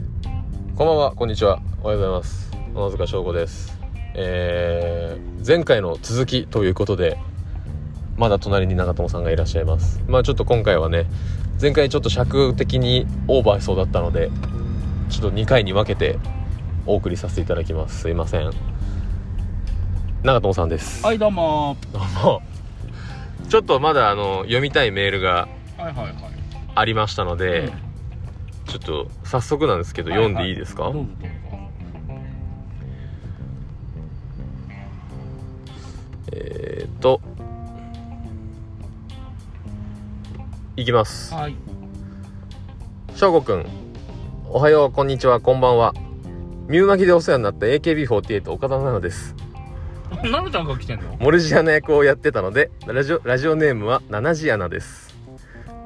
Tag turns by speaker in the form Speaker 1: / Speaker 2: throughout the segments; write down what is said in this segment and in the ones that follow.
Speaker 1: んばんはこんにちはおはようございます小野塚翔吾ですえー、前回の続きということでまだ隣に長友さんがいらっしゃいますまあちょっと今回はね前回ちょっと尺的にオーバーしそうだったのでちょっと2回に分けてお送りさせていただきますすいません長友さんです
Speaker 2: はいどうも
Speaker 1: どうもちょっとまだあの読みたいメールが
Speaker 2: はいはいはい
Speaker 1: ありましたので、
Speaker 2: うん
Speaker 1: ちょっと早速なんですけど、
Speaker 2: はは
Speaker 1: 読んでいいですか
Speaker 2: どうぞどうぞ
Speaker 1: えー、っといきます
Speaker 2: はい
Speaker 1: 翔吾くんおはようこんにちはこんばんはミュウマギでお世話になった AKB48 岡田奈々です
Speaker 2: なるちゃんが来てんの
Speaker 1: モルジアナ役をやってたのでラジオラジオネームはナナジアナです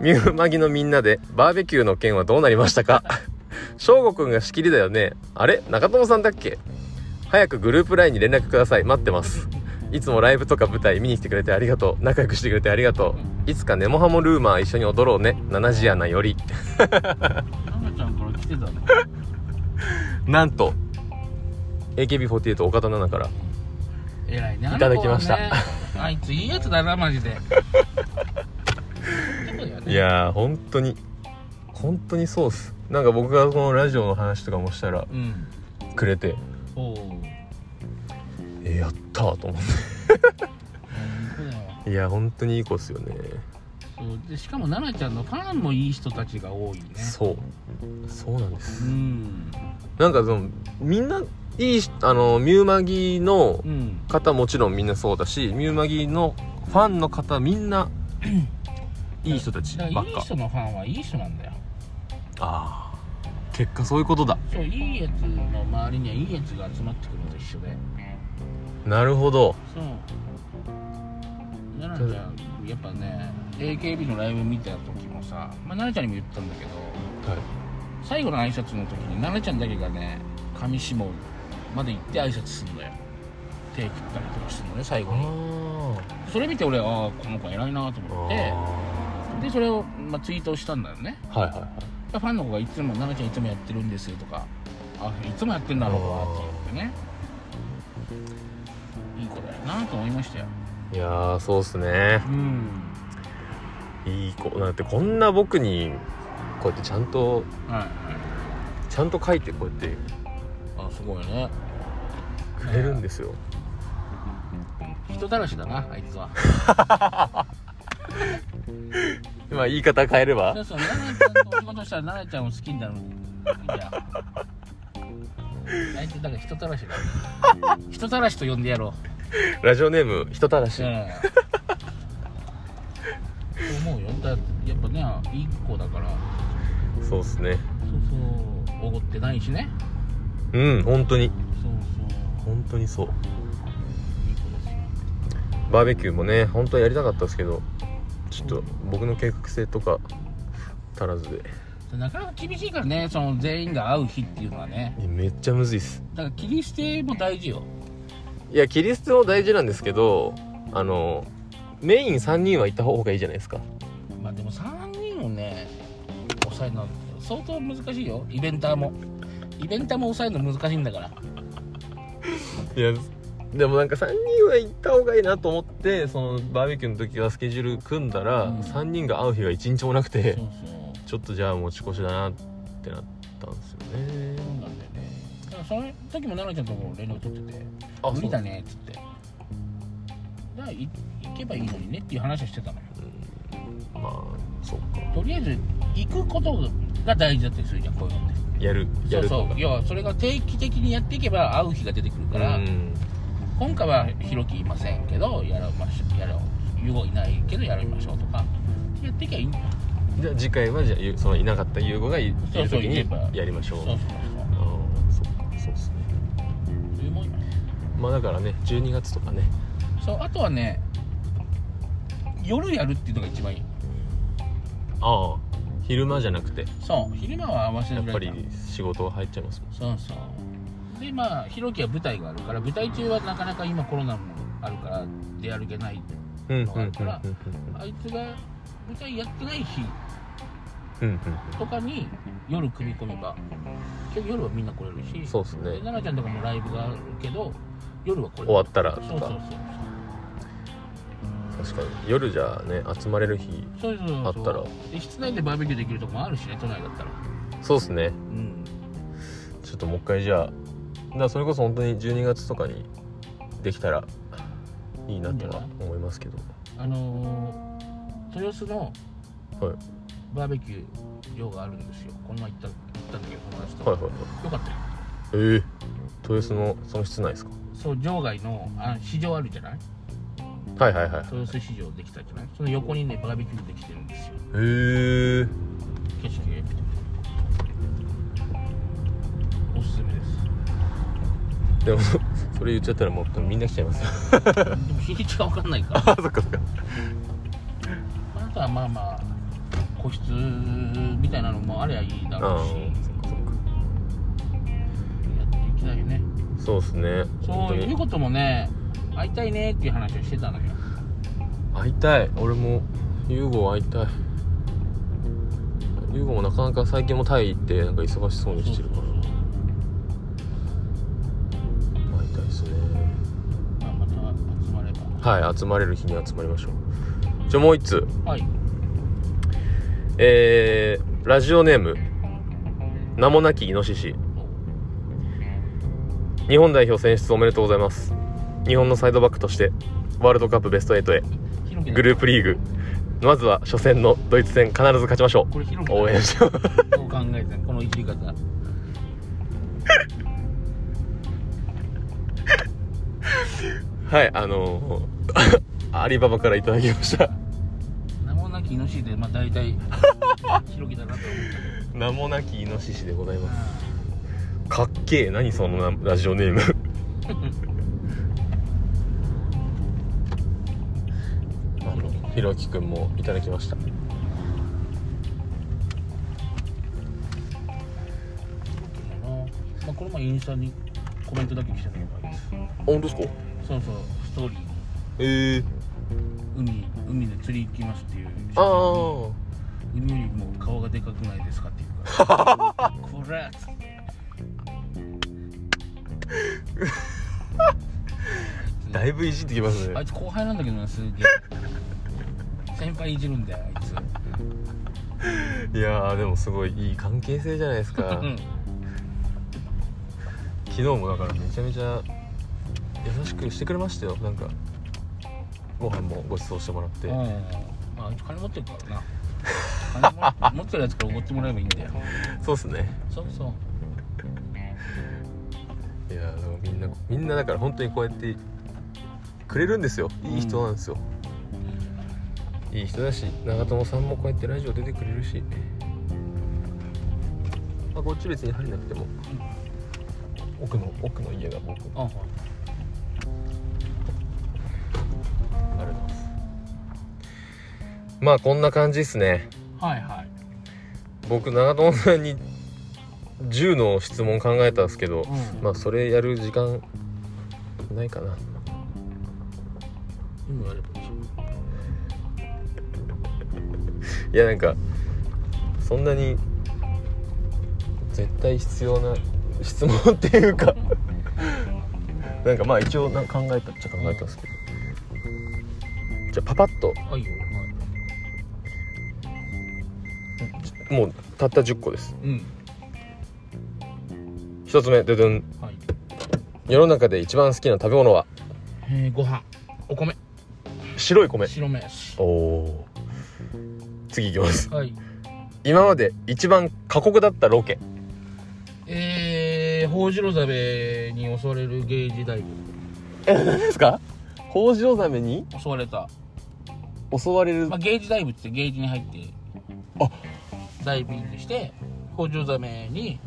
Speaker 1: ミューマギのみんなでバーベキューの件はどうなりましたか 翔吾くんが仕切りだよねあれ中友さんだっけ早くグループ LINE に連絡ください待ってますいつもライブとか舞台見に来てくれてありがとう仲良くしてくれてありがとういつかネモハモルーマー一緒に踊ろうねナナジアナより
Speaker 2: なるちゃんから来てたの
Speaker 1: なんと AKB48 岡田奈々から
Speaker 2: えらいね
Speaker 1: いただきました
Speaker 2: あの子はねあいついいやつだなマジでそうだよね
Speaker 1: いやー本当に本当にそうっすなんか僕がこのラジオの話とかもしたら
Speaker 2: うん
Speaker 1: くれて
Speaker 2: おお
Speaker 1: えやったーと思っ
Speaker 2: そうだよ
Speaker 1: ていや本当にいい子っすよね
Speaker 2: そうでしかもななちゃんのファンもいい人たちが多いね
Speaker 1: そうそうなんです
Speaker 2: うん
Speaker 1: なんかそのみんないいしあのミューマギの
Speaker 2: うん
Speaker 1: 方もちろんみんなそうだしミューマギのファンの方みん ないい人たち
Speaker 2: だ
Speaker 1: ばっ
Speaker 2: からいい
Speaker 1: か
Speaker 2: 人のファンはいい人なんだよ
Speaker 1: ああ結果そういうことだ
Speaker 2: そういいやつの周りにはいいやつが集まってくるのと一緒で
Speaker 1: なるほど
Speaker 2: そう奈々ちゃんやっぱね AKB のライブ見た時もさ、まあ、奈々ちゃんにも言ったんだけど
Speaker 1: はい
Speaker 2: 最後の挨拶の時に奈々ちゃんだけがね上下まで行って挨拶するんだよ手振ったりとかするのね最後にそれ見て俺ああこの子偉いなと思ってでそれを、まあ、ツイートしたんだよね
Speaker 1: はいはいはい
Speaker 2: ファンの子がいつも「奈々ちゃんいつもやってるんです」とか「あいつもやってんだろうな」って言ってねいい子だよなと思いましたよ
Speaker 1: いやーそうっすね
Speaker 2: うん
Speaker 1: いい子だってこんな僕にこうやってちゃんと
Speaker 2: はいはい
Speaker 1: ちゃんと書いてこうやって
Speaker 2: あすごいね
Speaker 1: くれるんですよ
Speaker 2: 人たらしだなあい つは
Speaker 1: まあ言い方変えれば
Speaker 2: そうそう奈々ちゃんとお仕事したら奈々ちゃんを好きになるじ ゃんあいつだから人たらしだ 人たらしと呼んでや ろ
Speaker 1: ラジオネーム人たらし
Speaker 2: う、うんそう思うよだやっぱねいい子だから
Speaker 1: そうっすね
Speaker 2: そうそうおごってないしね
Speaker 1: うん本当に
Speaker 2: そうそう
Speaker 1: 本当にそう
Speaker 2: いい子ですよ
Speaker 1: バーベキューもね本当はやりたかったですけどちょっと僕の計画性とか足らずで
Speaker 2: なかなか厳しいからねその全員が会う日っていうのはね
Speaker 1: いやめっちゃむずいっす
Speaker 2: だから切り捨ても大事よ
Speaker 1: いやキリストも大事なんですけどあのメイン3人は行った方がいいじゃないですか
Speaker 2: まあでも3人をね抑えるのは相当難しいよイベンターもイベンターも抑えるの難しいんだから
Speaker 1: いやでもなんか3人は行った方がいいなと思ってそのバーベキューの時はスケジュール組んだら、
Speaker 2: うん
Speaker 1: 3人が会う日が1日もなくて
Speaker 2: そうそう
Speaker 1: ちょっとじゃあ持ち越しだなってなったんですよね
Speaker 2: そうなんだよねだからその時も奈々ちゃんとも連絡取ってて「
Speaker 1: あ
Speaker 2: 無理だ
Speaker 1: ね
Speaker 2: ね」っつってだからい行けばいいのにねっていう話はしてたのよ
Speaker 1: まあそうか
Speaker 2: とりあえず行くことが大事だったりするじゃんこういうのって
Speaker 1: やるやる
Speaker 2: そ
Speaker 1: と
Speaker 2: う
Speaker 1: か
Speaker 2: そう要はそれが定期的にやっていけば会う日が出てくるから、
Speaker 1: うん
Speaker 2: 今回はひろきいませんけどやろうましょやろうゆうごいないけどやりましょうとかやっていけばいいんだよ
Speaker 1: じゃあ次回はじゃあゆそのいなかった優吾がいい
Speaker 2: そう
Speaker 1: る
Speaker 2: そう
Speaker 1: 時
Speaker 2: 言え
Speaker 1: に
Speaker 2: ば
Speaker 1: やりましょ
Speaker 2: そううそ
Speaker 1: あ
Speaker 2: う
Speaker 1: ーそうかそうっすね
Speaker 2: そうそういうもんよ
Speaker 1: まあだからね12月とかね
Speaker 2: そうあとはね夜やるっていうのが一番いい
Speaker 1: ああ昼間じゃなくて
Speaker 2: そう昼間は合わせ
Speaker 1: やっ
Speaker 2: づら
Speaker 1: ぱ
Speaker 2: いから
Speaker 1: り仕事は入っちゃいますもん
Speaker 2: そうそうでまあひろきは舞台があるから舞台中はなかなか今コロナもあるから出歩けない
Speaker 1: うんうんうんうん
Speaker 2: あいつが舞台やってない日
Speaker 1: うんうんうん
Speaker 2: とかに夜組み込めば結局夜はみんな来れるし
Speaker 1: そうです
Speaker 2: で
Speaker 1: ね
Speaker 2: 奈々ちゃんとかもライブがあるけど夜は来れる
Speaker 1: 終わったらとか
Speaker 2: そうそうそう
Speaker 1: 確かに夜じゃね集まれる日
Speaker 2: そうそうそうそう
Speaker 1: あったら
Speaker 2: で室内でバーベキューできるとこもあるしね都内だったら
Speaker 1: そうですね
Speaker 2: うん
Speaker 1: ちょっともう一回じゃあだからそれこそ本当に12月とかにできたらいいなとは思いますけど
Speaker 2: あのー豊洲の
Speaker 1: はい
Speaker 2: バーベキュー場があるんですよこの前行った行ったんだけど友達と、
Speaker 1: はいはいはい
Speaker 2: よかったよ
Speaker 1: ええ豊洲のその室内ですか
Speaker 2: そう場外のあ市場あるじゃない
Speaker 1: はいはいはい
Speaker 2: 豊洲市場できたじゃないその横にねバーベキューできてるんですよ
Speaker 1: へえ
Speaker 2: 景色がよ くておすすめです
Speaker 1: でも それ言っちゃったらもうみんな来ちゃいますよ
Speaker 2: でも日にちが分かんないから
Speaker 1: あそっかそっか
Speaker 2: あとはまあまあ個室みたいなのもありゃいいだろうし
Speaker 1: うんそっかそっか
Speaker 2: やっていきたいよね
Speaker 1: そうですね本
Speaker 2: そ
Speaker 1: 当
Speaker 2: ういう
Speaker 1: に
Speaker 2: こともね会いたいねっていう話をしてたのよ
Speaker 1: 会いたい俺もユーゴ会いたいユーゴもなかなか最近もタイ行ってなんか忙しそうにしてるから
Speaker 2: そうそう
Speaker 1: 会いたいですね
Speaker 2: そうまあ、また集まれば
Speaker 1: はい集まれる日に集まりましょうじゃあもう一通
Speaker 2: はい
Speaker 1: えー、ラジオネーム名もなきイノシシ日本代表選出おめでとうございます日本のサイドバックとしてワールドカップベスト8へグループリーグまずは初戦のドイツ戦必ず勝ちましょ
Speaker 2: これ広
Speaker 1: う
Speaker 2: く
Speaker 1: 応援しよう
Speaker 2: どう考えてんこのいじり方
Speaker 1: はいあのー アリババからいただきました
Speaker 2: 名もなきイノシシでまあ 大体広げだなと思っちゃう
Speaker 1: 名もなきイノシシでござい
Speaker 2: けど
Speaker 1: ますかっけえ何そのなラジオネー ムあのひろきくんもいただきました
Speaker 2: まあ、これもインスタにコメントだけ来てるのがいい
Speaker 1: 本当ですか
Speaker 2: そうそうストーリーに
Speaker 1: ええー、
Speaker 2: 海海で釣り行きますっていう
Speaker 1: ああ
Speaker 2: 海よりも顔がでかくないですかってい うからこれっつって
Speaker 1: だいぶいじってきます
Speaker 2: あ
Speaker 1: ね
Speaker 2: いつ後輩なんだけどなすげえ先輩いじるんだよあいつ
Speaker 1: いやーでもすごいいい関係性じゃないですか
Speaker 2: うん
Speaker 1: 昨日もだからめちゃめちゃ優しくしてくれましたよなんかご飯もご馳走してもらって
Speaker 2: うんまああいつ金持ってるからな金も持って るやつからおごってもらえばいいんだよ
Speaker 1: そうっすね
Speaker 2: そうそう
Speaker 1: いやーでもみんなみんなだから本当にこうやってくれるんですよいい人なんですよ、いい人だし長友さんもこうやってラジオ出てくれるし、まあ、こっち別に入んなくても奥の奥の家が僕
Speaker 2: あはい
Speaker 1: ありがとうございますまあこんな感じですね
Speaker 2: はいはい
Speaker 1: 僕長友さんに10の質問考えたんですけど
Speaker 2: うん
Speaker 1: まあそれやる時間ないかな
Speaker 2: 今やればいいじゃん
Speaker 1: いやなんかそんなに絶対必要な質問っていうかなんかまあ一応な考えたっちゃ考えたんですけどじゃあパパッと
Speaker 2: はいよはい
Speaker 1: もうたった10個です
Speaker 2: うん
Speaker 1: 1つ目でどん
Speaker 2: はい
Speaker 1: 世の中で一番好きな食べ物は
Speaker 2: えー、ご飯お米
Speaker 1: 白い米
Speaker 2: 白飯
Speaker 1: おお次いきます
Speaker 2: はい
Speaker 1: 今まで一番過酷だったロケ
Speaker 2: えー、ホウジロザメに襲われるゲージダイブ
Speaker 1: え何ですかホウジロザメに
Speaker 2: 襲われた、
Speaker 1: 襲われる
Speaker 2: まあ、ゲージダイブってゲージに入って
Speaker 1: あ
Speaker 2: ダイビングしてホウジロザメに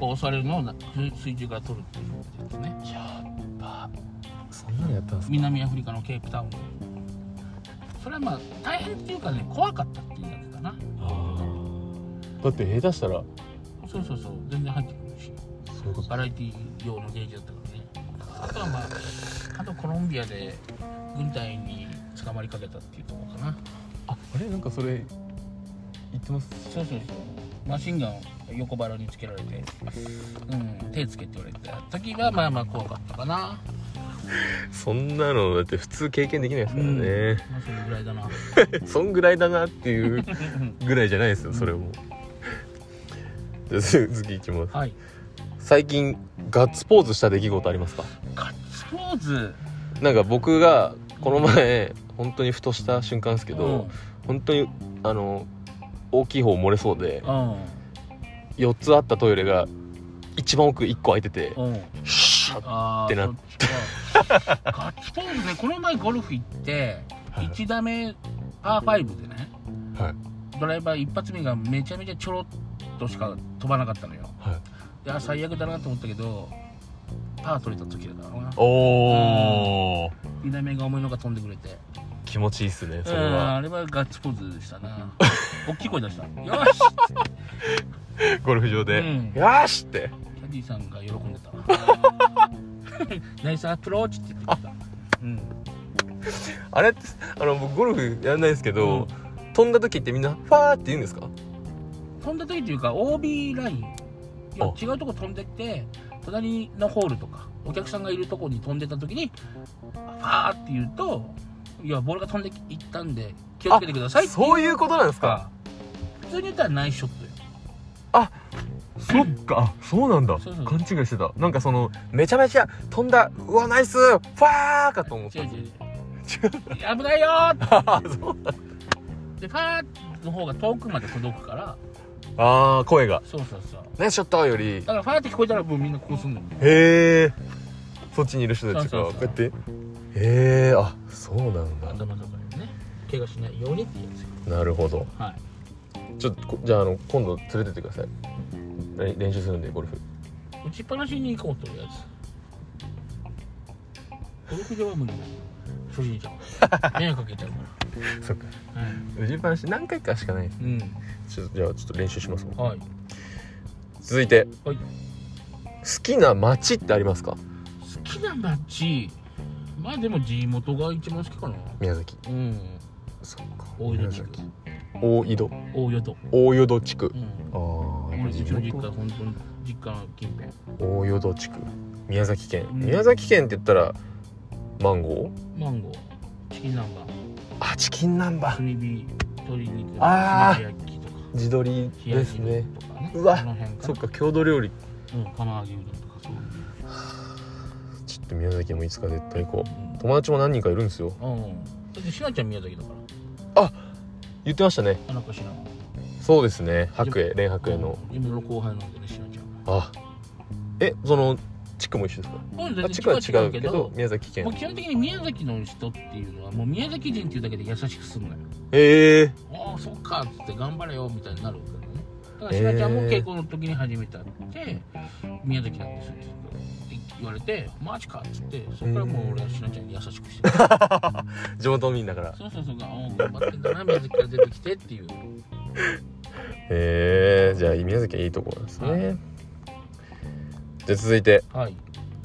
Speaker 2: こう襲われるのをな水水中から取るっていうやつね
Speaker 1: やっぱそんなのやったんですか
Speaker 2: 南アフリカのケープタウンでそれはまあ大変っていうかね怖かったっていうだけかな
Speaker 1: だって下手したら
Speaker 2: そうそうそう全然入ってくるし
Speaker 1: そういうこと
Speaker 2: バラエティ用のゲージだったからねあとはまああとコロンビアで軍隊に捕まりかけたっていうところかな
Speaker 1: ああれなんかそれ言ってます
Speaker 2: そうそうそうマシンガン横腹につけられて、うん、手つけって言われてた時はまあまあ怖かったかな、
Speaker 1: そんなのだって普通経験できないです
Speaker 2: う
Speaker 1: から
Speaker 2: ん、
Speaker 1: ね、
Speaker 2: まあそれぐらいだな
Speaker 1: そんぐらいだなっていうぐらいじゃないですよそれもじゃあ次いきます
Speaker 2: はい
Speaker 1: 最近ガッツポーズした出来事ありますか
Speaker 2: ガッツポーズ
Speaker 1: なんか僕がこの前本当にふとした瞬間ですけど、
Speaker 2: うん
Speaker 1: 本当にあの大きい方漏れそうで
Speaker 2: う
Speaker 1: 4つあったトイレが一番奥1個空いてて
Speaker 2: んうん
Speaker 1: シャッ
Speaker 2: あ
Speaker 1: っ
Speaker 2: ー
Speaker 1: てなっ
Speaker 2: そっちかガッツポーズねこの前ゴルフ行って
Speaker 1: はい
Speaker 2: 1打目パー5でね、
Speaker 1: はい
Speaker 2: ドライバー一発目がめちゃめちゃちょろっとしか飛ばなかったのよ
Speaker 1: はい
Speaker 2: であ最悪だなと思ったけどパー取れた時だからな
Speaker 1: おー
Speaker 2: 2打目が思いのが飛んでくれて
Speaker 1: 気持ちいいっすねそれ
Speaker 2: うん
Speaker 1: は
Speaker 2: あれはガッツポーズしたな 大きい声出したよし
Speaker 1: ゴルフ場で
Speaker 2: うん
Speaker 1: よーし!」って
Speaker 2: キャディーさんが喜んでたナイスアプローチって言ってたうん
Speaker 1: あれってあの僕ゴルフやんないんですけど、飛んだ時ってみんな「ファー」って言うんですか
Speaker 2: 飛んだ時っていうか OB ラインいや
Speaker 1: あ
Speaker 2: 違うとこ飛んでって隣のホールとかお客さんがいるとこに飛んでた時にファーって言うといやボールが飛んでいったんで気をつけてくださいって
Speaker 1: そういうことなんですか
Speaker 2: 普通に言ったらナイスショットよ
Speaker 1: そっかあそうなんだ
Speaker 2: そうそう
Speaker 1: 勘違いしてたなんかそのめちゃめちゃ飛んだうわナイスファーかと思った
Speaker 2: 違う違う違う
Speaker 1: 違う
Speaker 2: 危ないよーって
Speaker 1: あー そう
Speaker 2: でファーの方が遠くまで届くから
Speaker 1: あー声が
Speaker 2: そうそうそう
Speaker 1: ナイスショットより
Speaker 2: だからファーって聞こえたらもうみんなこうすんのよ
Speaker 1: へえそっちにいる人たちが
Speaker 2: そうそうそう
Speaker 1: こうやってへえあそうなんだ
Speaker 2: 頭とかにね怪我しないようにって言うんですよ
Speaker 1: なるほど
Speaker 2: はい
Speaker 1: ちょっとこじゃああの今度連れてってくださいれ練習するんでゴルフ
Speaker 2: 打ちっぱなしに行こうとりあえずゴルフ場は無理だ初心者 は迷惑かけちゃうか
Speaker 1: そっから
Speaker 2: はい
Speaker 1: 打ちっぱなし何回かしかないです
Speaker 2: うん
Speaker 1: ちょじゃあちょっと練習します
Speaker 2: はい
Speaker 1: 続いて
Speaker 2: はい
Speaker 1: 好きな街ってありますか
Speaker 2: 好きな街まあでも地元が一番好きかな
Speaker 1: 宮崎
Speaker 2: うん
Speaker 1: そっか
Speaker 2: 大淀地区
Speaker 1: 大井戸
Speaker 2: 大淀
Speaker 1: 大淀地区
Speaker 2: うん
Speaker 1: ああ
Speaker 2: 俺うちの実家本当に実家の近辺
Speaker 1: 大淀地区宮崎県、
Speaker 2: うん
Speaker 1: 宮崎県って言ったらマンゴー
Speaker 2: マンゴーチキン南蛮
Speaker 1: あチキン南蛮
Speaker 2: 炭火鶏肉
Speaker 1: あー
Speaker 2: 炭火焼きとか
Speaker 1: 自撮り
Speaker 2: 冷や
Speaker 1: で
Speaker 2: し
Speaker 1: す
Speaker 2: 汁
Speaker 1: ね
Speaker 2: とかね
Speaker 1: うわ
Speaker 2: あの辺か
Speaker 1: そっ
Speaker 2: な
Speaker 1: か郷土料理
Speaker 2: うん釜揚げうどんとかそういう
Speaker 1: ちょっと宮崎もいつか絶対行こ
Speaker 2: うん
Speaker 1: う友達も何人かいるんですよ
Speaker 2: うん。だってしなちゃん宮崎だから。
Speaker 1: 言ってましたね
Speaker 2: 田中しな。
Speaker 1: そうですね白栄蓮白栄の
Speaker 2: うん。夢の後輩なんでね、しなちゃんは。
Speaker 1: あえその地区も一緒ですか
Speaker 2: 本
Speaker 1: あ地区は違うけど宮崎
Speaker 2: もう
Speaker 1: 県
Speaker 2: 基本的に宮崎の人っていうのはもう宮崎人っていうだけで優しくするのよ。
Speaker 1: へえ
Speaker 2: ああ、そっかっつって頑張れよみたいになるからね。だからしなちゃんも稽古の時に初めて会って、宮崎なんですよって言われて、マジかっつって、そっからもう俺はしなちゃんに優しくしてる。
Speaker 1: 地元民だからへ
Speaker 2: そうそうそう、ああ、頑張ってんだな、宮崎から出てきてっていう。
Speaker 1: えじゃあ宮崎はいいとこなんです
Speaker 2: は
Speaker 1: ねじゃあ続いて
Speaker 2: はい。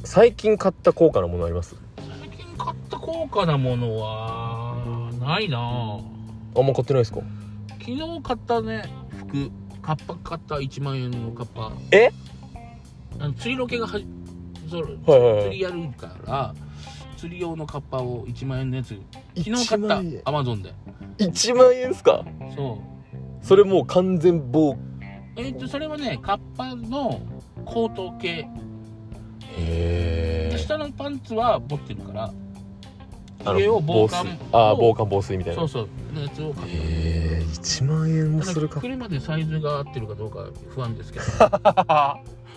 Speaker 1: 最近買った高価なものあります
Speaker 2: 最近買った高価なものはないなぁ
Speaker 1: あんま買ってないですか
Speaker 2: 昨日買ったね服カッパ買った1万円のカッパ
Speaker 1: え
Speaker 2: あの釣りロケがはじそう
Speaker 1: はいはいはい
Speaker 2: 釣りやるから釣り用のカッパを1万円のやつ昨日
Speaker 1: 1
Speaker 2: 買
Speaker 1: 万円
Speaker 2: ったアマゾンで
Speaker 1: 1万円ですか
Speaker 2: そう
Speaker 1: それもう完全棒
Speaker 2: えっ、とそれはねカッパのコート系
Speaker 1: へ
Speaker 2: で下のパンツは持ってるから
Speaker 1: あ
Speaker 2: 上を
Speaker 1: の
Speaker 2: 防
Speaker 1: 防
Speaker 2: 寒
Speaker 1: 水ああ
Speaker 2: を
Speaker 1: 防寒防水みたいな
Speaker 2: そうそうのやつを買った
Speaker 1: えー、1万円も
Speaker 2: た
Speaker 1: す
Speaker 2: だ
Speaker 1: る か
Speaker 2: 来るまでサイズが合ってるかどうか不安ですけど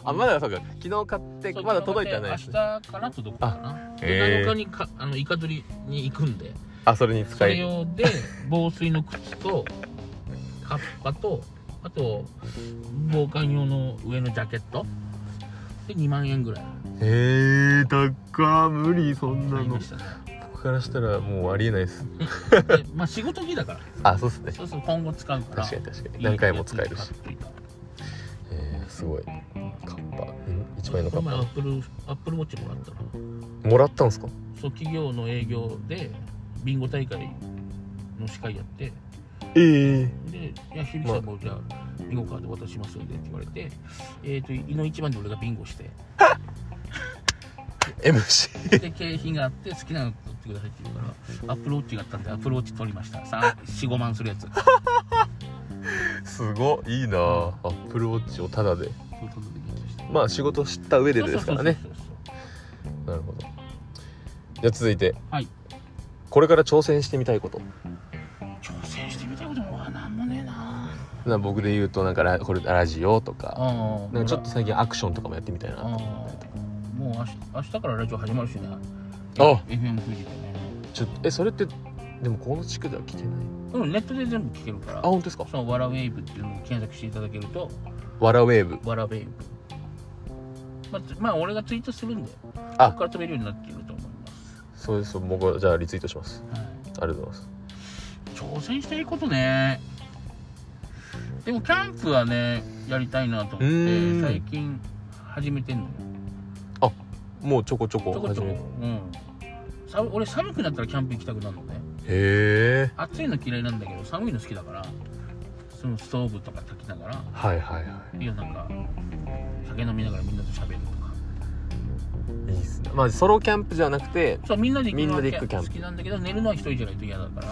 Speaker 1: あまだそうか昨日買って
Speaker 2: そう
Speaker 1: まだ届いてはない です、ね、
Speaker 2: 明日から届くかな、
Speaker 1: へー
Speaker 2: 7日にかあのイカ釣りに行くんで
Speaker 1: あそれに
Speaker 2: そ
Speaker 1: 使
Speaker 2: れ
Speaker 1: い
Speaker 2: 用で防水の靴とカッパとあと防寒用の上のジャケットで2万円ぐらい
Speaker 1: えー、高っ無理そん
Speaker 2: 買いましたね
Speaker 1: 僕からしたらもうありえないです
Speaker 2: でまあ仕事着だから
Speaker 1: あそうっすね
Speaker 2: そうそう今後使うから
Speaker 1: 確かに確かに何回も使えるし
Speaker 2: いいやつ買っとい
Speaker 1: えー、すごいカッパん
Speaker 2: た
Speaker 1: 1万円のカ
Speaker 2: この前ア
Speaker 1: ッ
Speaker 2: ップルアップルウォッチもらったら
Speaker 1: パもらったんですか
Speaker 2: そう企業の営業でビンゴ大会の司会やって
Speaker 1: ええ
Speaker 2: でいや、響さんもじゃあ、ビンゴカード渡しますんでって言われて、えっ、と、胃の一番で俺がビンゴして、
Speaker 1: MC
Speaker 2: で、景品があって、好きなの取ってくださいって言うから、アプローチがあったんで、アプローチ取りました。3、4、5万するやつ。そう
Speaker 1: すごいいいなあアップルウォッチをタダで
Speaker 2: 取ってきました。
Speaker 1: まあ仕事を知った上でですからね
Speaker 2: そうそうそうそう。
Speaker 1: なるほどじゃあ続いて
Speaker 2: はい。
Speaker 1: これから挑戦してみたいこと
Speaker 2: 挑戦してみたいことも、なんもねえな
Speaker 1: な僕で言うとなんかラこれラジオとか
Speaker 2: あ
Speaker 1: なんかちょっと最近アクションとかもやってみたいな
Speaker 2: ああ
Speaker 1: と思ったりとか
Speaker 2: もう明日明日からラジオ始まるしね。
Speaker 1: あ
Speaker 2: FM 富士でね。
Speaker 1: ちょっとえそれってでもこの地区では来てない
Speaker 2: うん、ネットで全部聞けるから。
Speaker 1: あ本当ですか
Speaker 2: そのわらウェーブっていうのを検索していただけると、
Speaker 1: わらウェーブ
Speaker 2: わらウェーブ。まあ、つまあ、俺がツイートするんで、
Speaker 1: あ
Speaker 2: ここから飛べるようになっていると思います。
Speaker 1: そうです僕はじゃあリツイートします
Speaker 2: は
Speaker 1: あ
Speaker 2: い、
Speaker 1: りがとうございます
Speaker 2: 挑戦したいことね。でも、キャンプはね、やりたいなと思っ
Speaker 1: うー
Speaker 2: て、
Speaker 1: ん
Speaker 2: 最近始めてんのよ。
Speaker 1: もうちょこちょこ
Speaker 2: ちょこち
Speaker 1: 始
Speaker 2: ょこ。
Speaker 1: め
Speaker 2: う
Speaker 1: る
Speaker 2: ん。さ俺寒くなったらキャンプ行きたくなるのね
Speaker 1: へえ
Speaker 2: 暑いの嫌いなんだけど寒いの好きだからそのストーブとか炊きながら
Speaker 1: はいはいはい
Speaker 2: やなんか酒飲みながらみんなと喋るとか
Speaker 1: いいいっすねまあソロキャンプじゃなくて
Speaker 2: そうみんなで
Speaker 1: み
Speaker 2: 行く
Speaker 1: んな
Speaker 2: のは
Speaker 1: で行くキャンプ
Speaker 2: 好きなんだけど寝るのは一人じゃないと嫌だから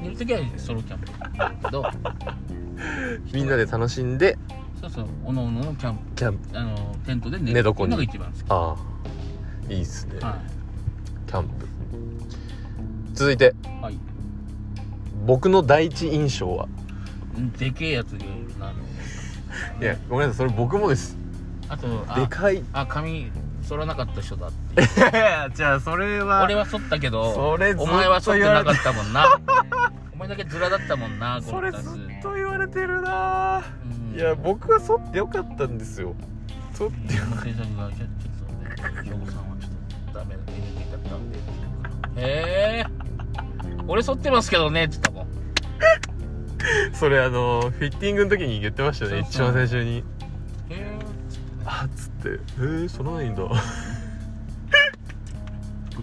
Speaker 2: 寝る時はソロキャンプだけど
Speaker 1: みんなで楽しんで
Speaker 2: そうそうおのおののキャンプ
Speaker 1: キャンプ
Speaker 2: あのテントで寝
Speaker 1: 寝
Speaker 2: る
Speaker 1: 床に
Speaker 2: のが一番好き
Speaker 1: ああいいっすね
Speaker 2: は
Speaker 1: キャンプ続いて
Speaker 2: い、はい、
Speaker 1: 僕の第一印象は
Speaker 2: うんでけえやつがいるなあの
Speaker 1: いやごめんなさいそれ僕もです
Speaker 2: あと
Speaker 1: で
Speaker 2: あ
Speaker 1: かい
Speaker 2: あ髪剃らなかった人だっていう
Speaker 1: じゃあそれは
Speaker 2: 俺は剃ったけど
Speaker 1: それずっと
Speaker 2: お
Speaker 1: 言われ
Speaker 2: 前は剃ってなかったもんな お前だけズラだったもんな
Speaker 1: それずっと
Speaker 2: う
Speaker 1: 言われてるなぁ
Speaker 2: ん
Speaker 1: いや僕は剃ってよかったんですよ剃っ
Speaker 2: 制作がちょっとね、
Speaker 1: て
Speaker 2: 省吾さんはちょっとダメだ、NG だったんで。へえ。俺剃ってますけどねって言ったもん。
Speaker 1: それあのフィッティングの時に言ってましたね
Speaker 2: そうそう
Speaker 1: 一番最初に
Speaker 2: へえ。
Speaker 1: 「あっ」つって「えー、剃らないんだ」
Speaker 2: こっ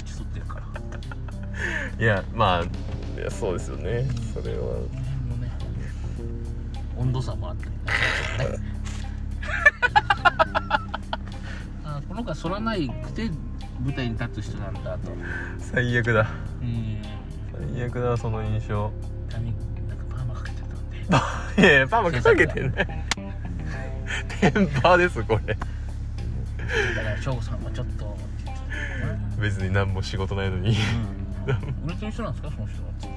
Speaker 2: ち剃ってるから。
Speaker 1: いやまあいやそうですよねそれは
Speaker 2: この辺のね、温度差もあ って。あこの子は剃らないくて舞台に立つ人なんだと。
Speaker 1: 最悪だ
Speaker 2: うん。
Speaker 1: 最悪だその印象
Speaker 2: 髪なんかパーマかけちゃったんで。
Speaker 1: いやいやパーマかけてないテンパーですこれ
Speaker 2: だから省吾さんはちょっとって言ってたもんな。
Speaker 1: 別に何も仕事ないのに
Speaker 2: 売れてる人なんですかその人はって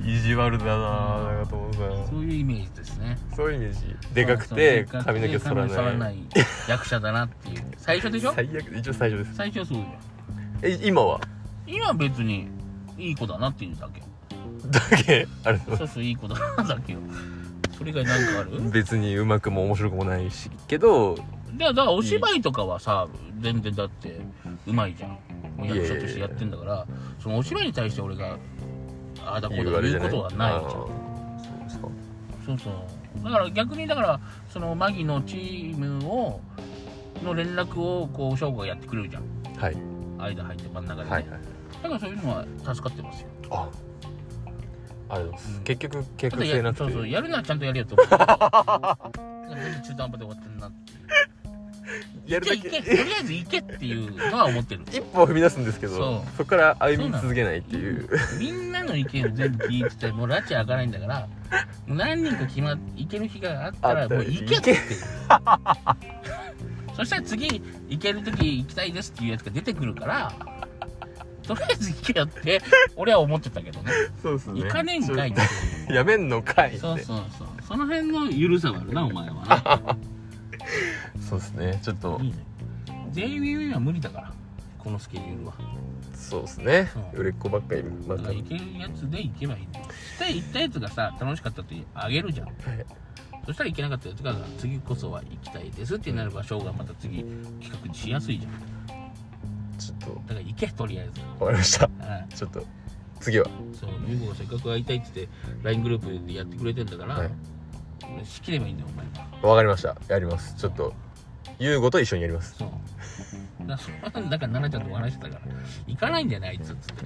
Speaker 2: 言って
Speaker 1: 意地悪だなぁ長友さ
Speaker 2: そ
Speaker 1: ん
Speaker 2: ういうイメージですね
Speaker 1: そういうイメージでかくて
Speaker 2: そうそう
Speaker 1: 髪の毛剃ら
Speaker 2: 髪の毛剃ら
Speaker 1: な
Speaker 2: ないい役者だなっていう最初でしょ
Speaker 1: 最悪一応最初です
Speaker 2: 最初はそうじゃん
Speaker 1: え今は
Speaker 2: 今は別にいい子だなっていうだけ
Speaker 1: だけあれ
Speaker 2: そうそういい子だなだけよそれ以外なんかある
Speaker 1: 別にうまくも面白くもないしけど
Speaker 2: でだからお芝居とかはさ全然だってうまいじゃんもう役者としてやってんだからそのお芝居に対して俺がああだこう
Speaker 1: 言う
Speaker 2: だ
Speaker 1: あれじ
Speaker 2: 言
Speaker 1: ゃ
Speaker 2: う
Speaker 1: な
Speaker 2: こ
Speaker 1: い
Speaker 2: とはないじゃん
Speaker 1: あーそうですか
Speaker 2: そうそうだから逆にだからそのマギのチームをの連絡をこう翔吾がやってくれるじゃん
Speaker 1: はい
Speaker 2: 間入って真ん中で、ね
Speaker 1: はいはい
Speaker 2: だからそういうのは助かってますよ
Speaker 1: あありがとうございます、
Speaker 2: うん
Speaker 1: 結局計
Speaker 2: た
Speaker 1: 画
Speaker 2: だ
Speaker 1: 性
Speaker 2: や
Speaker 1: なくて
Speaker 2: そうそうやるならちゃんとやれよと思 うだから別に中途半端で終わってんなって
Speaker 1: やるだ
Speaker 2: 行け
Speaker 1: け
Speaker 2: 行けとりあえず行けっていうのは思ってる
Speaker 1: 一歩を踏み出すんですけど
Speaker 2: そ
Speaker 1: そこから歩み続けないっていう
Speaker 2: みんなの意見を全部聞いててもう拉致開かないんだからもう何人か決まっ行ける日があった
Speaker 1: あ
Speaker 2: ら
Speaker 1: った
Speaker 2: も
Speaker 1: ら
Speaker 2: う行けっていうそしたら次行ける時行きたいですっていうやつが出てくるからとりあえず行けよって俺は思ってたけどね
Speaker 1: そうですね
Speaker 2: 行かねえんかいって
Speaker 1: ちょ やめんのかいって
Speaker 2: そうそうそうその辺の緩さはあるなお前は
Speaker 1: そうですねちょっと
Speaker 2: ないいね JWE は無理だからこのスケジュールは
Speaker 1: そうですね
Speaker 2: そう
Speaker 1: 売れっ子ばっかりま
Speaker 2: だか
Speaker 1: た
Speaker 2: ら行けるやつで行けばいいんだよそしたら行ったやつがさ楽しかったってあげるじゃん
Speaker 1: はい
Speaker 2: そしたら行けなかったやつが次こそは行きたいですってなれば翔がまた次企画にしやすいじゃんだ
Speaker 1: ちょっと
Speaker 2: から行けとりあえず
Speaker 1: わかりました
Speaker 2: はい
Speaker 1: ちょっと次は
Speaker 2: そう優吾がせっかく会いたいって言って LINE グループでやってくれてんだから、
Speaker 1: はい
Speaker 2: しきればいいんだよお前は
Speaker 1: わかりましたやりますちょっと優吾と一緒にやります
Speaker 2: そう だからそんなんだから奈々ちゃんと笑してたから行かないんだよねあいつっつって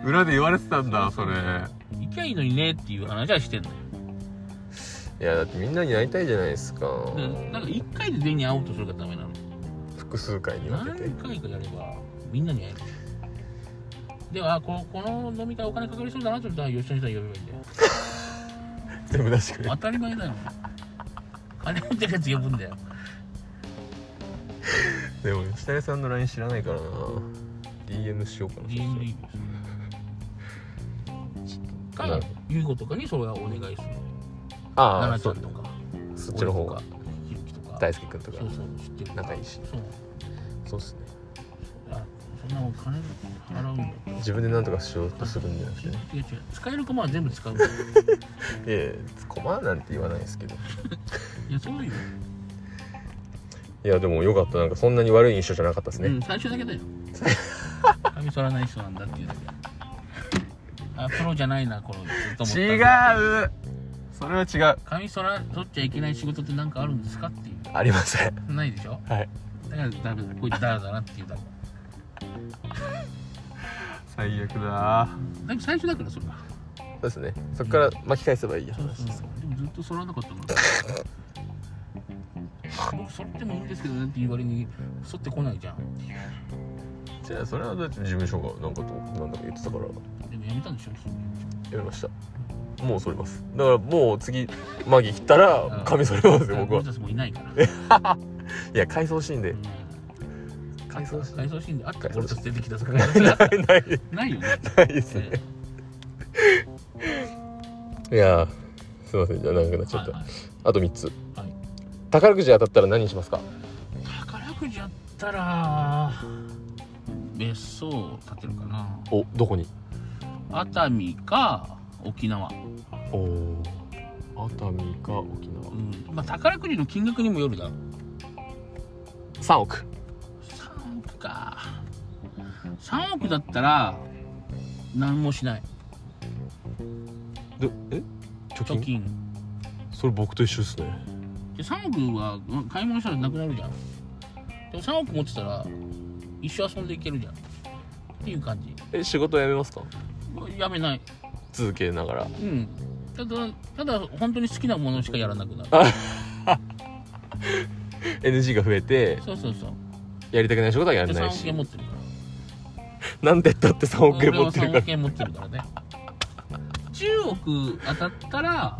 Speaker 1: 裏で言われてたんだそれ
Speaker 2: 行きゃいいのにねっていう話はしてんのよ
Speaker 1: いやだってみんなになりたいじゃないですか
Speaker 2: でなんか1回で全員に会おうとするからダメなの
Speaker 1: 複数回に分けて
Speaker 2: 何回かやればみんなに会えるではここの飲み会お金かかりそうだなと思ったら吉田さん呼べばいいんだよ
Speaker 1: 全部出してくれ
Speaker 2: 当たり前だよ金持ってるやつ呼ぶんだ よ
Speaker 1: でも吉谷さんの LINE 知らないからな DM しようかな
Speaker 2: DM でいいですから優子とかにそれはお願いする
Speaker 1: ああ
Speaker 2: 奈
Speaker 1: そ
Speaker 2: 々
Speaker 1: う
Speaker 2: ちゃんとか
Speaker 1: そっちの方が
Speaker 2: 俺とかひろきとか
Speaker 1: 大輔君とか
Speaker 2: そうそう知ってるから
Speaker 1: 仲いいし
Speaker 2: そう
Speaker 1: そうっすね
Speaker 2: あそんなお金払うんだって
Speaker 1: 自分で何とかしようとするんじゃなくてね
Speaker 2: 違う違う使える駒は全部使うんだよ
Speaker 1: いやいや困るなんて言わないですけど
Speaker 2: いやそうよ、
Speaker 1: いやでもよかったなんかそんなに悪い印象じゃなかったです
Speaker 2: う
Speaker 1: ね
Speaker 2: ん、最初だけだ よ髪剃らない人なんだっていうだけあプロじゃないなこれずっと思った
Speaker 1: 違うそれは違う
Speaker 2: 髪剃ら取っちゃいけない仕事って何かあるんですかっていう
Speaker 1: ありません
Speaker 2: ないでしょ
Speaker 1: はい
Speaker 2: だからダメだこいつダラダラっていうだけ
Speaker 1: 最悪だ
Speaker 2: でも最初だからそれは
Speaker 1: そうですねそっから巻き返せばいいや
Speaker 2: そうそうそうでもずっと剃らなかったの僕剃ってもいいんですけどねって言われに剃ってこないじゃん
Speaker 1: じゃあそれはだって事務所がなんかとなんだか言ってたから
Speaker 2: でもやめたんでしょ
Speaker 1: やめましたもうそれますだからもう次マギ来たら髪剃れますよ僕は
Speaker 2: 僕たちもういないから
Speaker 1: いや回想シーンで回想 シーン
Speaker 2: 回想シーンであった
Speaker 1: 回想シーン
Speaker 2: 俺たち出てきたとかな
Speaker 1: ないない
Speaker 2: い よね
Speaker 1: ないですねいやーすいませんじゃあ長くなっちゃった、
Speaker 2: はいはい
Speaker 1: あと3つ
Speaker 2: はい
Speaker 1: 宝くじ当たったら何にしますか
Speaker 2: 宝くじやったら別荘を建てるかな
Speaker 1: おどこに
Speaker 2: 熱海か沖縄
Speaker 1: おお熱海か沖縄
Speaker 2: うんまあ宝くじの金額にもよるだろう
Speaker 1: 3億
Speaker 2: 3億か3億だったら何もしない
Speaker 1: でえ貯
Speaker 2: 貯金
Speaker 1: それ僕と一緒ですね
Speaker 2: で3億はうん買い物したらなくなるじゃんでも3億持ってたら一生遊んでいけるじゃんっていう感じ
Speaker 1: え仕事辞めますか
Speaker 2: やめない
Speaker 1: 続けながら
Speaker 2: うんただただ本当に好きなものしかやらなくなる
Speaker 1: NG が増えて
Speaker 2: そうそうそう
Speaker 1: やりたくない仕事はや
Speaker 2: で
Speaker 1: ら
Speaker 2: 3
Speaker 1: ない
Speaker 2: 億
Speaker 1: し
Speaker 2: 円持ってるから
Speaker 1: なんでだって3億円
Speaker 2: 俺
Speaker 1: 持
Speaker 2: は
Speaker 1: ってる
Speaker 2: 3
Speaker 1: か
Speaker 2: 億円持ってるからね10億当たったら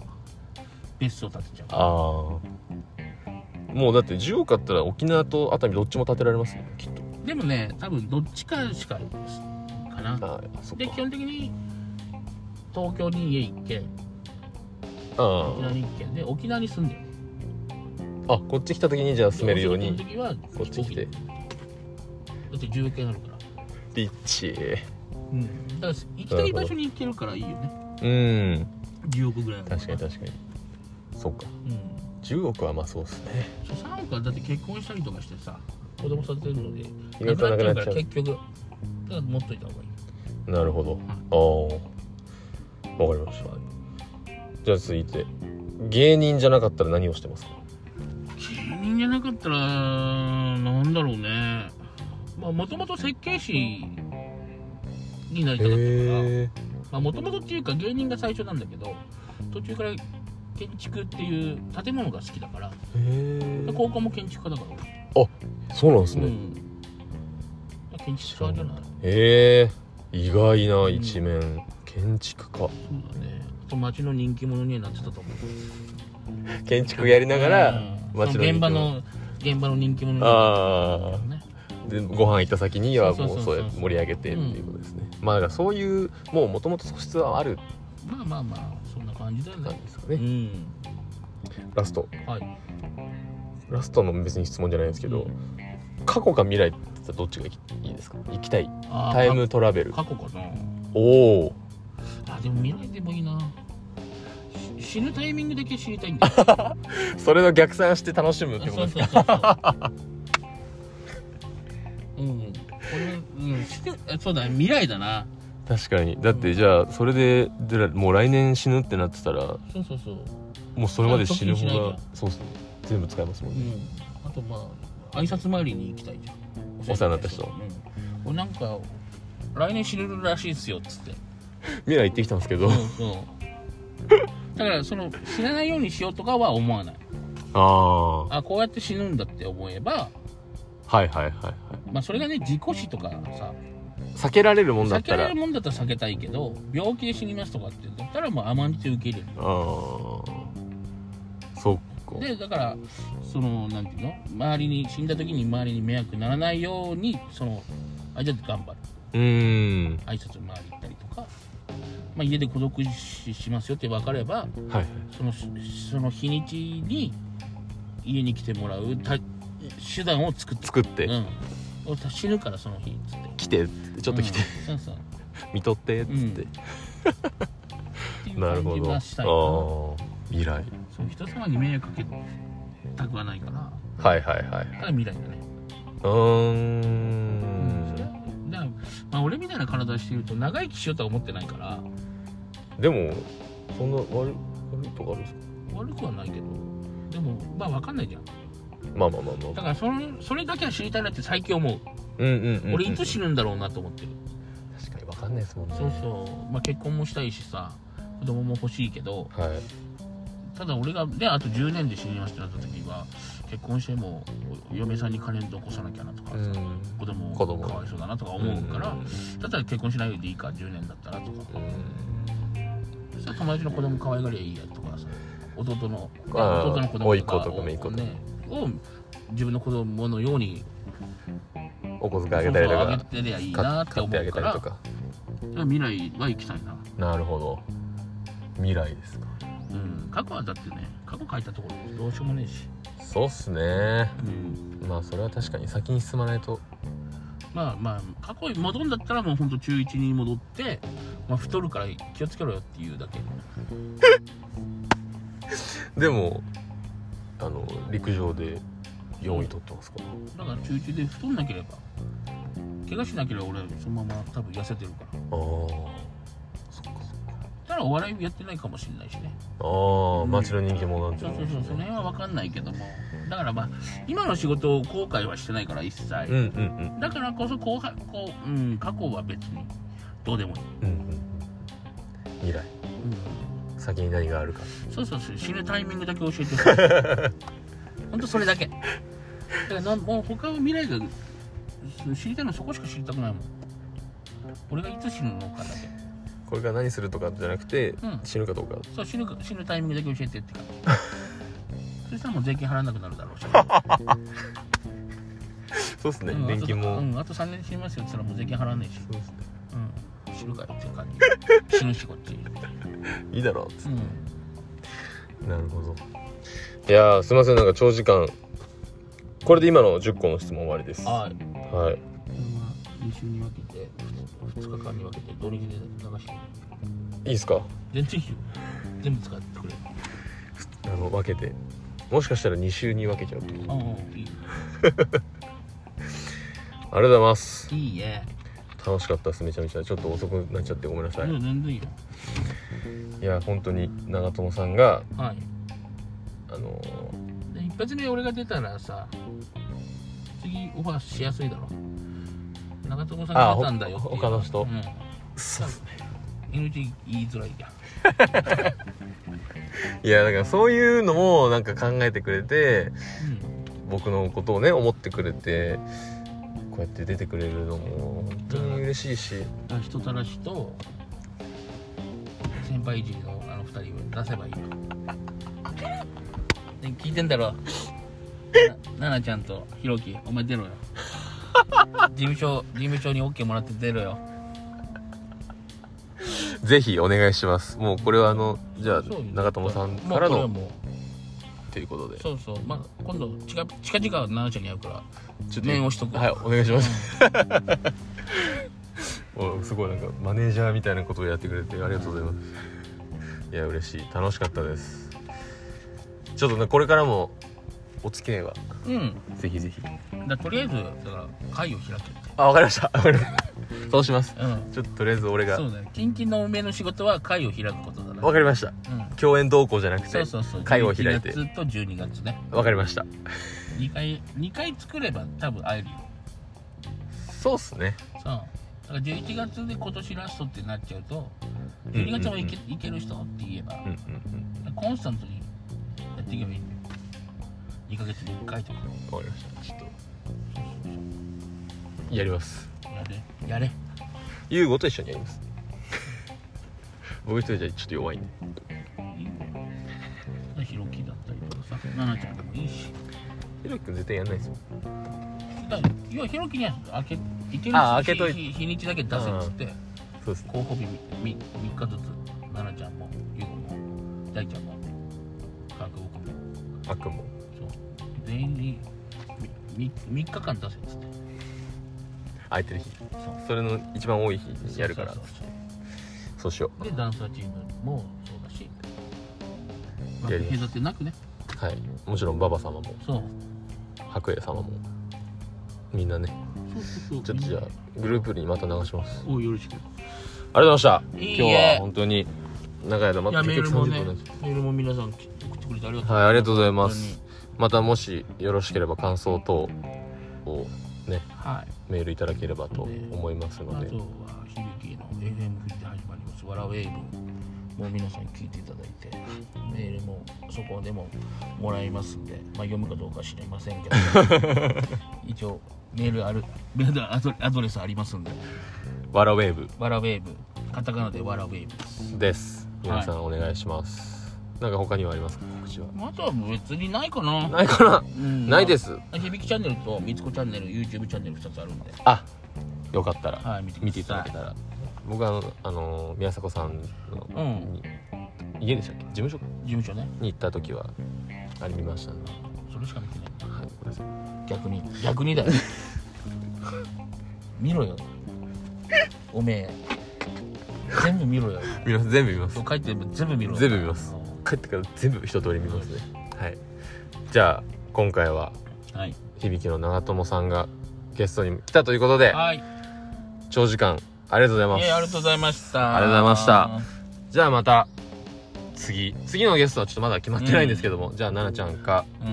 Speaker 2: 別荘建てちゃう
Speaker 1: らああもうだって10億あったら沖縄と熱海どっちも建てられますねきっと
Speaker 2: でもね多分どっちかしかかな
Speaker 1: ああそっ
Speaker 2: で基
Speaker 1: か
Speaker 2: 本的に東京に家1軒
Speaker 1: あ
Speaker 2: 沖縄に1軒で沖縄に住んでる
Speaker 1: ああこっち来た時にじゃあ住めるよう
Speaker 2: お仕
Speaker 1: に
Speaker 2: 事の時は
Speaker 1: こっち来て
Speaker 2: だって10億円あるから
Speaker 1: リッチ
Speaker 2: うんだから行きたい場所に行けるからいいよね
Speaker 1: うん
Speaker 2: 10億ぐらいあるから
Speaker 1: 確かに確かにそっか
Speaker 2: うん
Speaker 1: 10億はまあそうっすね
Speaker 2: そう3億はだって結婚したりとかしてさ子供育てるので
Speaker 1: 意外となくなっちゃう
Speaker 2: から結局だから持っといた方がいい
Speaker 1: なるほどああわかりましたじゃあ続いて芸人じゃなかったら何をしてますか
Speaker 2: 芸人じゃなかったらなんだろうねまあもともと設計士になりたかったから
Speaker 1: え
Speaker 2: まあもともとっていうか芸人が最初なんだけど途中から建築っていう建物が好きだからで高校も建築家だから、
Speaker 1: そうなんです
Speaker 2: う
Speaker 1: ね、
Speaker 2: ん建築家じゃない
Speaker 1: へえ意外な一面、建築家
Speaker 2: そうだねあと町の人気者にはなってたと思う
Speaker 1: 建築やりながら
Speaker 2: うんそ
Speaker 1: 街
Speaker 2: の
Speaker 1: の
Speaker 2: 現場の現場の人気者になって
Speaker 1: あ
Speaker 2: たね
Speaker 1: あでご飯行った先には
Speaker 2: そ
Speaker 1: も
Speaker 2: うそう
Speaker 1: う
Speaker 2: そ
Speaker 1: そう
Speaker 2: そう
Speaker 1: うやって盛り上げてっていうことですね、まあだからそういうもうもともと素質はある
Speaker 2: まあまあまあそんな感じだよ
Speaker 1: 感
Speaker 2: ね
Speaker 1: じですか
Speaker 2: う
Speaker 1: ね、
Speaker 2: ん
Speaker 1: ラスト
Speaker 2: はい
Speaker 1: ラストの別に質問じゃないんですけど、過去か未来って言ったらどっちがいいですか行きたい
Speaker 2: あー
Speaker 1: タイムトラベル
Speaker 2: 過去かな
Speaker 1: おお
Speaker 2: あでも未来でもいいなし死ぬタイミングだけ知りたいんだよ
Speaker 1: それの逆算して楽しむってこと
Speaker 2: そう
Speaker 1: です
Speaker 2: そ
Speaker 1: か
Speaker 2: うそうそううんこれうん死ぬあそうだね未来だな
Speaker 1: 確かにだってじゃあそれででらもう来年死ぬってなってたら
Speaker 2: そうそうそう
Speaker 1: もうそれまで死ぬ方
Speaker 2: そんな
Speaker 1: が
Speaker 2: 時
Speaker 1: そうっすね全部使えますもん
Speaker 2: う
Speaker 1: ね、
Speaker 2: んあとまあ挨拶回りに行きたいじゃん
Speaker 1: お世話になった人
Speaker 2: うん俺なんか来年知れるらしいですよっつって
Speaker 1: 未来行ってきたんですけど
Speaker 2: そうそうだからその死なないようにしようとかは思わない
Speaker 1: ああ
Speaker 2: あこうやって死ぬんだって思えば
Speaker 1: はいはいはいはい
Speaker 2: まあそれがね事故死とかさ
Speaker 1: 避けられるもんだっ
Speaker 2: 避け
Speaker 1: た
Speaker 2: られ
Speaker 1: ら
Speaker 2: るもんだったら避けたいけど病気で死にますとかってだったらもう甘んじて受け入れる
Speaker 1: ああそっか
Speaker 2: でだからそのなんていうの周りに死んだ時に周りに迷惑ならないようにそのあじゃあ頑張る
Speaker 1: うーん
Speaker 2: 挨拶回り行ったりとか、まあ、家で孤独死しますよって分かれば
Speaker 1: はいはい
Speaker 2: そのしその日にちに家に来てもらうた手段を作って
Speaker 1: 作って
Speaker 2: うん、俺死ぬからその日っつって
Speaker 1: 来てってちょっと来て、
Speaker 2: うん、そうそう
Speaker 1: 見とってっつって、
Speaker 2: っていう
Speaker 1: なる
Speaker 2: 感
Speaker 1: ほ
Speaker 2: じ
Speaker 1: どあ
Speaker 2: はしたいかな
Speaker 1: ー未来
Speaker 2: そう人様に迷惑かけたくはないから
Speaker 1: はいはいはい
Speaker 2: ただ未来だね
Speaker 1: うーん
Speaker 2: だから、まあ、俺みたいな体してると長生きしようとは思ってないから
Speaker 1: でもそんな悪い悪いとかあるんですか
Speaker 2: 悪くはないけどでもまあ分かんないじゃん
Speaker 1: まあまあまあま
Speaker 2: だ
Speaker 1: あ
Speaker 2: からそのそれだけは知りたいなって最近思う
Speaker 1: うんうんうん、うん、
Speaker 2: 俺いつ死ぬんだろうなと思ってる
Speaker 1: 確かに分かんないですもんね
Speaker 2: そうそう、まあ、結婚もしたいしさ子供も欲しいけど
Speaker 1: はい
Speaker 2: ただ俺がであと10年で死にますってなった時は結婚してもお嫁さんに金残さなきゃなとかさ、
Speaker 1: ん
Speaker 2: 子供
Speaker 1: 子供
Speaker 2: かわいそうだなとか思うから、だったら結婚しないでいいか10年だったらとかそしたら友達の子供可愛がりゃいいやとかさ弟の
Speaker 1: あー
Speaker 2: 弟の子
Speaker 1: 甥
Speaker 2: 供
Speaker 1: っ子とか姪っ子
Speaker 2: を
Speaker 1: とか
Speaker 2: ねを自分の子供のように
Speaker 1: うんお小遣いあげたりと
Speaker 2: そうそうあ
Speaker 1: か
Speaker 2: げてりゃいいな
Speaker 1: か
Speaker 2: って
Speaker 1: 買っ
Speaker 2: 思
Speaker 1: てあげ
Speaker 2: う
Speaker 1: たり
Speaker 2: から
Speaker 1: とか
Speaker 2: 未来は行きたいな
Speaker 1: なるほど未来ですか
Speaker 2: うん過去はだってね過去書いたところどうしようもねえし、
Speaker 1: そうっすね
Speaker 2: うん、
Speaker 1: まあそれは確かに先に進まないと
Speaker 2: まあまあ過去に戻るんだったらもうほんと中1に戻って、まあ、太るから気をつけろよっていうだけ
Speaker 1: でもあの陸上で4位取ってますから
Speaker 2: だから中1で太んなければ怪我しなければ俺そのまま多分痩せてるから
Speaker 1: ああそっかそっか
Speaker 2: ただお笑いやってないかもしれないしね
Speaker 1: ああ街の人気者なんてい
Speaker 2: そうう
Speaker 1: の
Speaker 2: そ
Speaker 1: も
Speaker 2: うそうその辺は分かんないけどもだからまあ今の仕事を後悔はしてないから一
Speaker 1: う
Speaker 2: 切、
Speaker 1: んうんうん
Speaker 2: だからこそ後輩こう、うん、過去は別にどうでもいい、
Speaker 1: うんうんうん未来先に何があるか
Speaker 2: そうそうそう死ぬタイミングだけ教えてほしいほんとそれだけだからなんもう他は未来がそ知りたいのそこしか知りたくないもん俺がいつ死ぬのかだけ
Speaker 1: これから何するとかじゃなくて、
Speaker 2: ん
Speaker 1: 死ぬかどうか
Speaker 2: そう死ぬか死ぬタイミングだけ教えてって感じそしたらもう税金払わなくなるだろうし、
Speaker 1: そうっすね、
Speaker 2: うん
Speaker 1: 年金も、
Speaker 2: あと,、うん、あと3年で死にますよって言ったらもう税金払わないし、
Speaker 1: そうっすね
Speaker 2: うん、死ぬかよっていう感じ 死ぬしこっち、
Speaker 1: いいだろうっつ
Speaker 2: うん、
Speaker 1: ってなるほどいやーすいませんなんか長時間これで今の10個の質問終わりですは
Speaker 2: はい
Speaker 1: い
Speaker 2: これは2週に分けて2日間に分けて土日で流して
Speaker 1: いいですか
Speaker 2: 全然いいよ全部使ってくれ
Speaker 1: あの分けてもしかしたら2週に分けちゃうと思う
Speaker 2: ああいい
Speaker 1: ありがとうございます
Speaker 2: いいえ
Speaker 1: 楽しかったですめちゃめちゃちょっと遅くなっちゃってごめんなさい、
Speaker 2: もう全然いいよ
Speaker 1: いや本当に長友さんが
Speaker 2: はい
Speaker 1: あのー
Speaker 2: で一発目俺が出たらさ次オファーしやすいだろ長友さん
Speaker 1: あ
Speaker 2: が
Speaker 1: あ
Speaker 2: 出たんだよっていう
Speaker 1: ほ他の人
Speaker 2: うん
Speaker 1: そうっすね
Speaker 2: NG 言いづらいや
Speaker 1: いやだからそういうのもなんか考えてくれて僕のことをね思ってくれてこうやって出てくれるのも本当に嬉しいし
Speaker 2: うんだから人たらしと先輩いじりのあの二人を出せばいいよで聞いてんだろなななちゃんとひろきお前出ろよ事務所事務所に OK もらって出ろよ
Speaker 1: ぜひお願いしますもうこれはあのじゃあ
Speaker 2: そう
Speaker 1: 長友さんから
Speaker 2: もうこれは
Speaker 1: の
Speaker 2: もう
Speaker 1: ということで
Speaker 2: そうそうまあ今度近近々奈々ちゃんに会うから
Speaker 1: ちょっ
Speaker 2: 念を押しとく
Speaker 1: はいお願いしますおすごいなんかマネージャーみたいなことをやってくれてありがとうございますいや嬉しい楽しかったですちょっとねこれからもお付き合いは
Speaker 2: うん
Speaker 1: ぜひぜひ
Speaker 2: だとりあえずだから会を開けて
Speaker 1: あわかりま したわかりましたそうします
Speaker 2: うん
Speaker 1: ちょっととりあえず俺が
Speaker 2: そうだよキンキンの梅の仕事は会を開くことだね
Speaker 1: わかりました
Speaker 2: うん
Speaker 1: 共演同行じゃなく
Speaker 2: そ
Speaker 1: て
Speaker 2: うそうそう
Speaker 1: 会を開いて
Speaker 2: 11月と12月ね
Speaker 1: わかりました
Speaker 2: 2回2回作れば多分会えるよ
Speaker 1: そうっすね
Speaker 2: そうから11月で今年ラストってなっちゃうと12月もいけ,、いける人って言えば
Speaker 1: うんうん
Speaker 2: コンスタントにやっていけばいいんだよ2ヶ月に1回とか
Speaker 1: うんわかりましたちょっとやります
Speaker 2: やれやれ
Speaker 1: 優吾と一緒にやります僕一人じゃちょっと弱いんで
Speaker 2: いいんだよひろきだったりとかさ奈々ちゃんでもいいし
Speaker 1: ひろきくん絶対やんないですよ
Speaker 2: だから要はひろきには開けいけるし
Speaker 1: あ開けとい
Speaker 2: 日日にちだけ出せっつって
Speaker 1: そうですね
Speaker 2: 候補日みみ3日ずつ奈々ちゃんもゆうごも大ちゃんも科学僕も
Speaker 1: 悪夢
Speaker 2: そう全員にみみ3日間出せっつって
Speaker 1: 空いてる日
Speaker 2: そう
Speaker 1: それの一番多い日にやるから
Speaker 2: そうそうそう
Speaker 1: そうしよ
Speaker 2: でダンサーチームもそうだしまあ
Speaker 1: やります
Speaker 2: 隔てなくね
Speaker 1: うはいもちろん馬場様も
Speaker 2: そう
Speaker 1: 白衣様もみんなね
Speaker 2: そうそうそう
Speaker 1: ちょっとじゃあグループにまた流します
Speaker 2: およろしく
Speaker 1: ありがとうございました
Speaker 2: いいえ
Speaker 1: 今日は本当に長い間
Speaker 2: い
Speaker 1: また
Speaker 2: やメ
Speaker 1: 結
Speaker 2: ール
Speaker 1: 局
Speaker 2: も
Speaker 1: 30
Speaker 2: ね
Speaker 1: 分です
Speaker 2: メールも皆さんき送ってくれてありがとう
Speaker 1: はいありがとうございま
Speaker 2: 本
Speaker 1: すまたもしよろしければ感想等をね
Speaker 2: 当にはい
Speaker 1: メールいただければと思います
Speaker 2: あ
Speaker 1: ので
Speaker 2: とは響きの FM 富士で始まります「わらウェーブ」もう皆さん聞いていただいてメールもそこでももらいますんで、まあ、読むかどうかは知りません けど一応メールあるメールアドアドレスありますんで
Speaker 1: わらウェーブ
Speaker 2: 「わらウェーブ」カタカナで「わらウェーブ」
Speaker 1: で
Speaker 2: です
Speaker 1: す皆さんお願いします、なんか他にはありますか告知は
Speaker 2: あとは別にないかな
Speaker 1: ないかな
Speaker 2: うん
Speaker 1: ないです
Speaker 2: 響きチャンネルとみつこチャンネル YouTube チャンネル2つあるんで
Speaker 1: あよかったら、
Speaker 2: はい見てください
Speaker 1: 見ていただけたら僕はあの、あの宮迫さん
Speaker 2: う
Speaker 1: の、
Speaker 2: ん
Speaker 1: 家でしたっけ事務所
Speaker 2: 事務所ね
Speaker 1: に行った時はあれ見ましたね、
Speaker 2: それしか見てない
Speaker 1: はい、ごめんなさい
Speaker 2: 逆に逆にだよ見ろよおめえ全部見ろよ
Speaker 1: 見ます全部見ます
Speaker 2: そう書いてる全部見ろ
Speaker 1: 全部見ます帰ってから全部一通り見ますねはいじゃあ今回は
Speaker 2: はい
Speaker 1: 響きの長友さんがゲストに来たということで
Speaker 2: はい
Speaker 1: 長時間ありがとうございま
Speaker 2: い
Speaker 1: す
Speaker 2: えありがとうございました
Speaker 1: ありがとうございましたじゃあまた次次のゲストはちょっとまだ決まってないんですけども、じゃあ奈々ちゃんか
Speaker 2: うん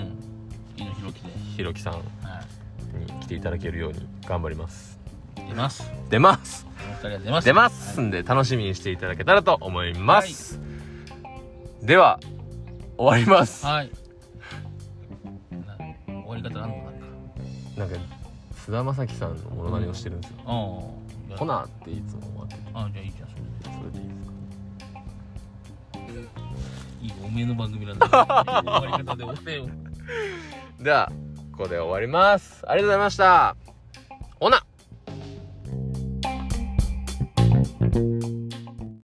Speaker 2: いいのひろきで
Speaker 1: ひろきさん
Speaker 2: は
Speaker 1: に来ていただけるように頑張ります
Speaker 2: い出ます
Speaker 1: 出ます
Speaker 2: お二人は出ます
Speaker 1: 出ます
Speaker 2: はい
Speaker 1: んで楽しみにしていただけたらと思います、では終わります
Speaker 2: はいな終わり方あんのな
Speaker 1: な
Speaker 2: んか
Speaker 1: んか菅田将暉さんのモノマネをしてるんですよ
Speaker 2: あ
Speaker 1: 「
Speaker 2: あ
Speaker 1: コナー」っていつも終わってて
Speaker 2: あじゃあいいじゃんそ
Speaker 1: それ
Speaker 2: れで
Speaker 1: でいいですか
Speaker 2: いいよおめえの番組なんだから終わり方でおめえを
Speaker 1: ではここで終わりますありがとうございました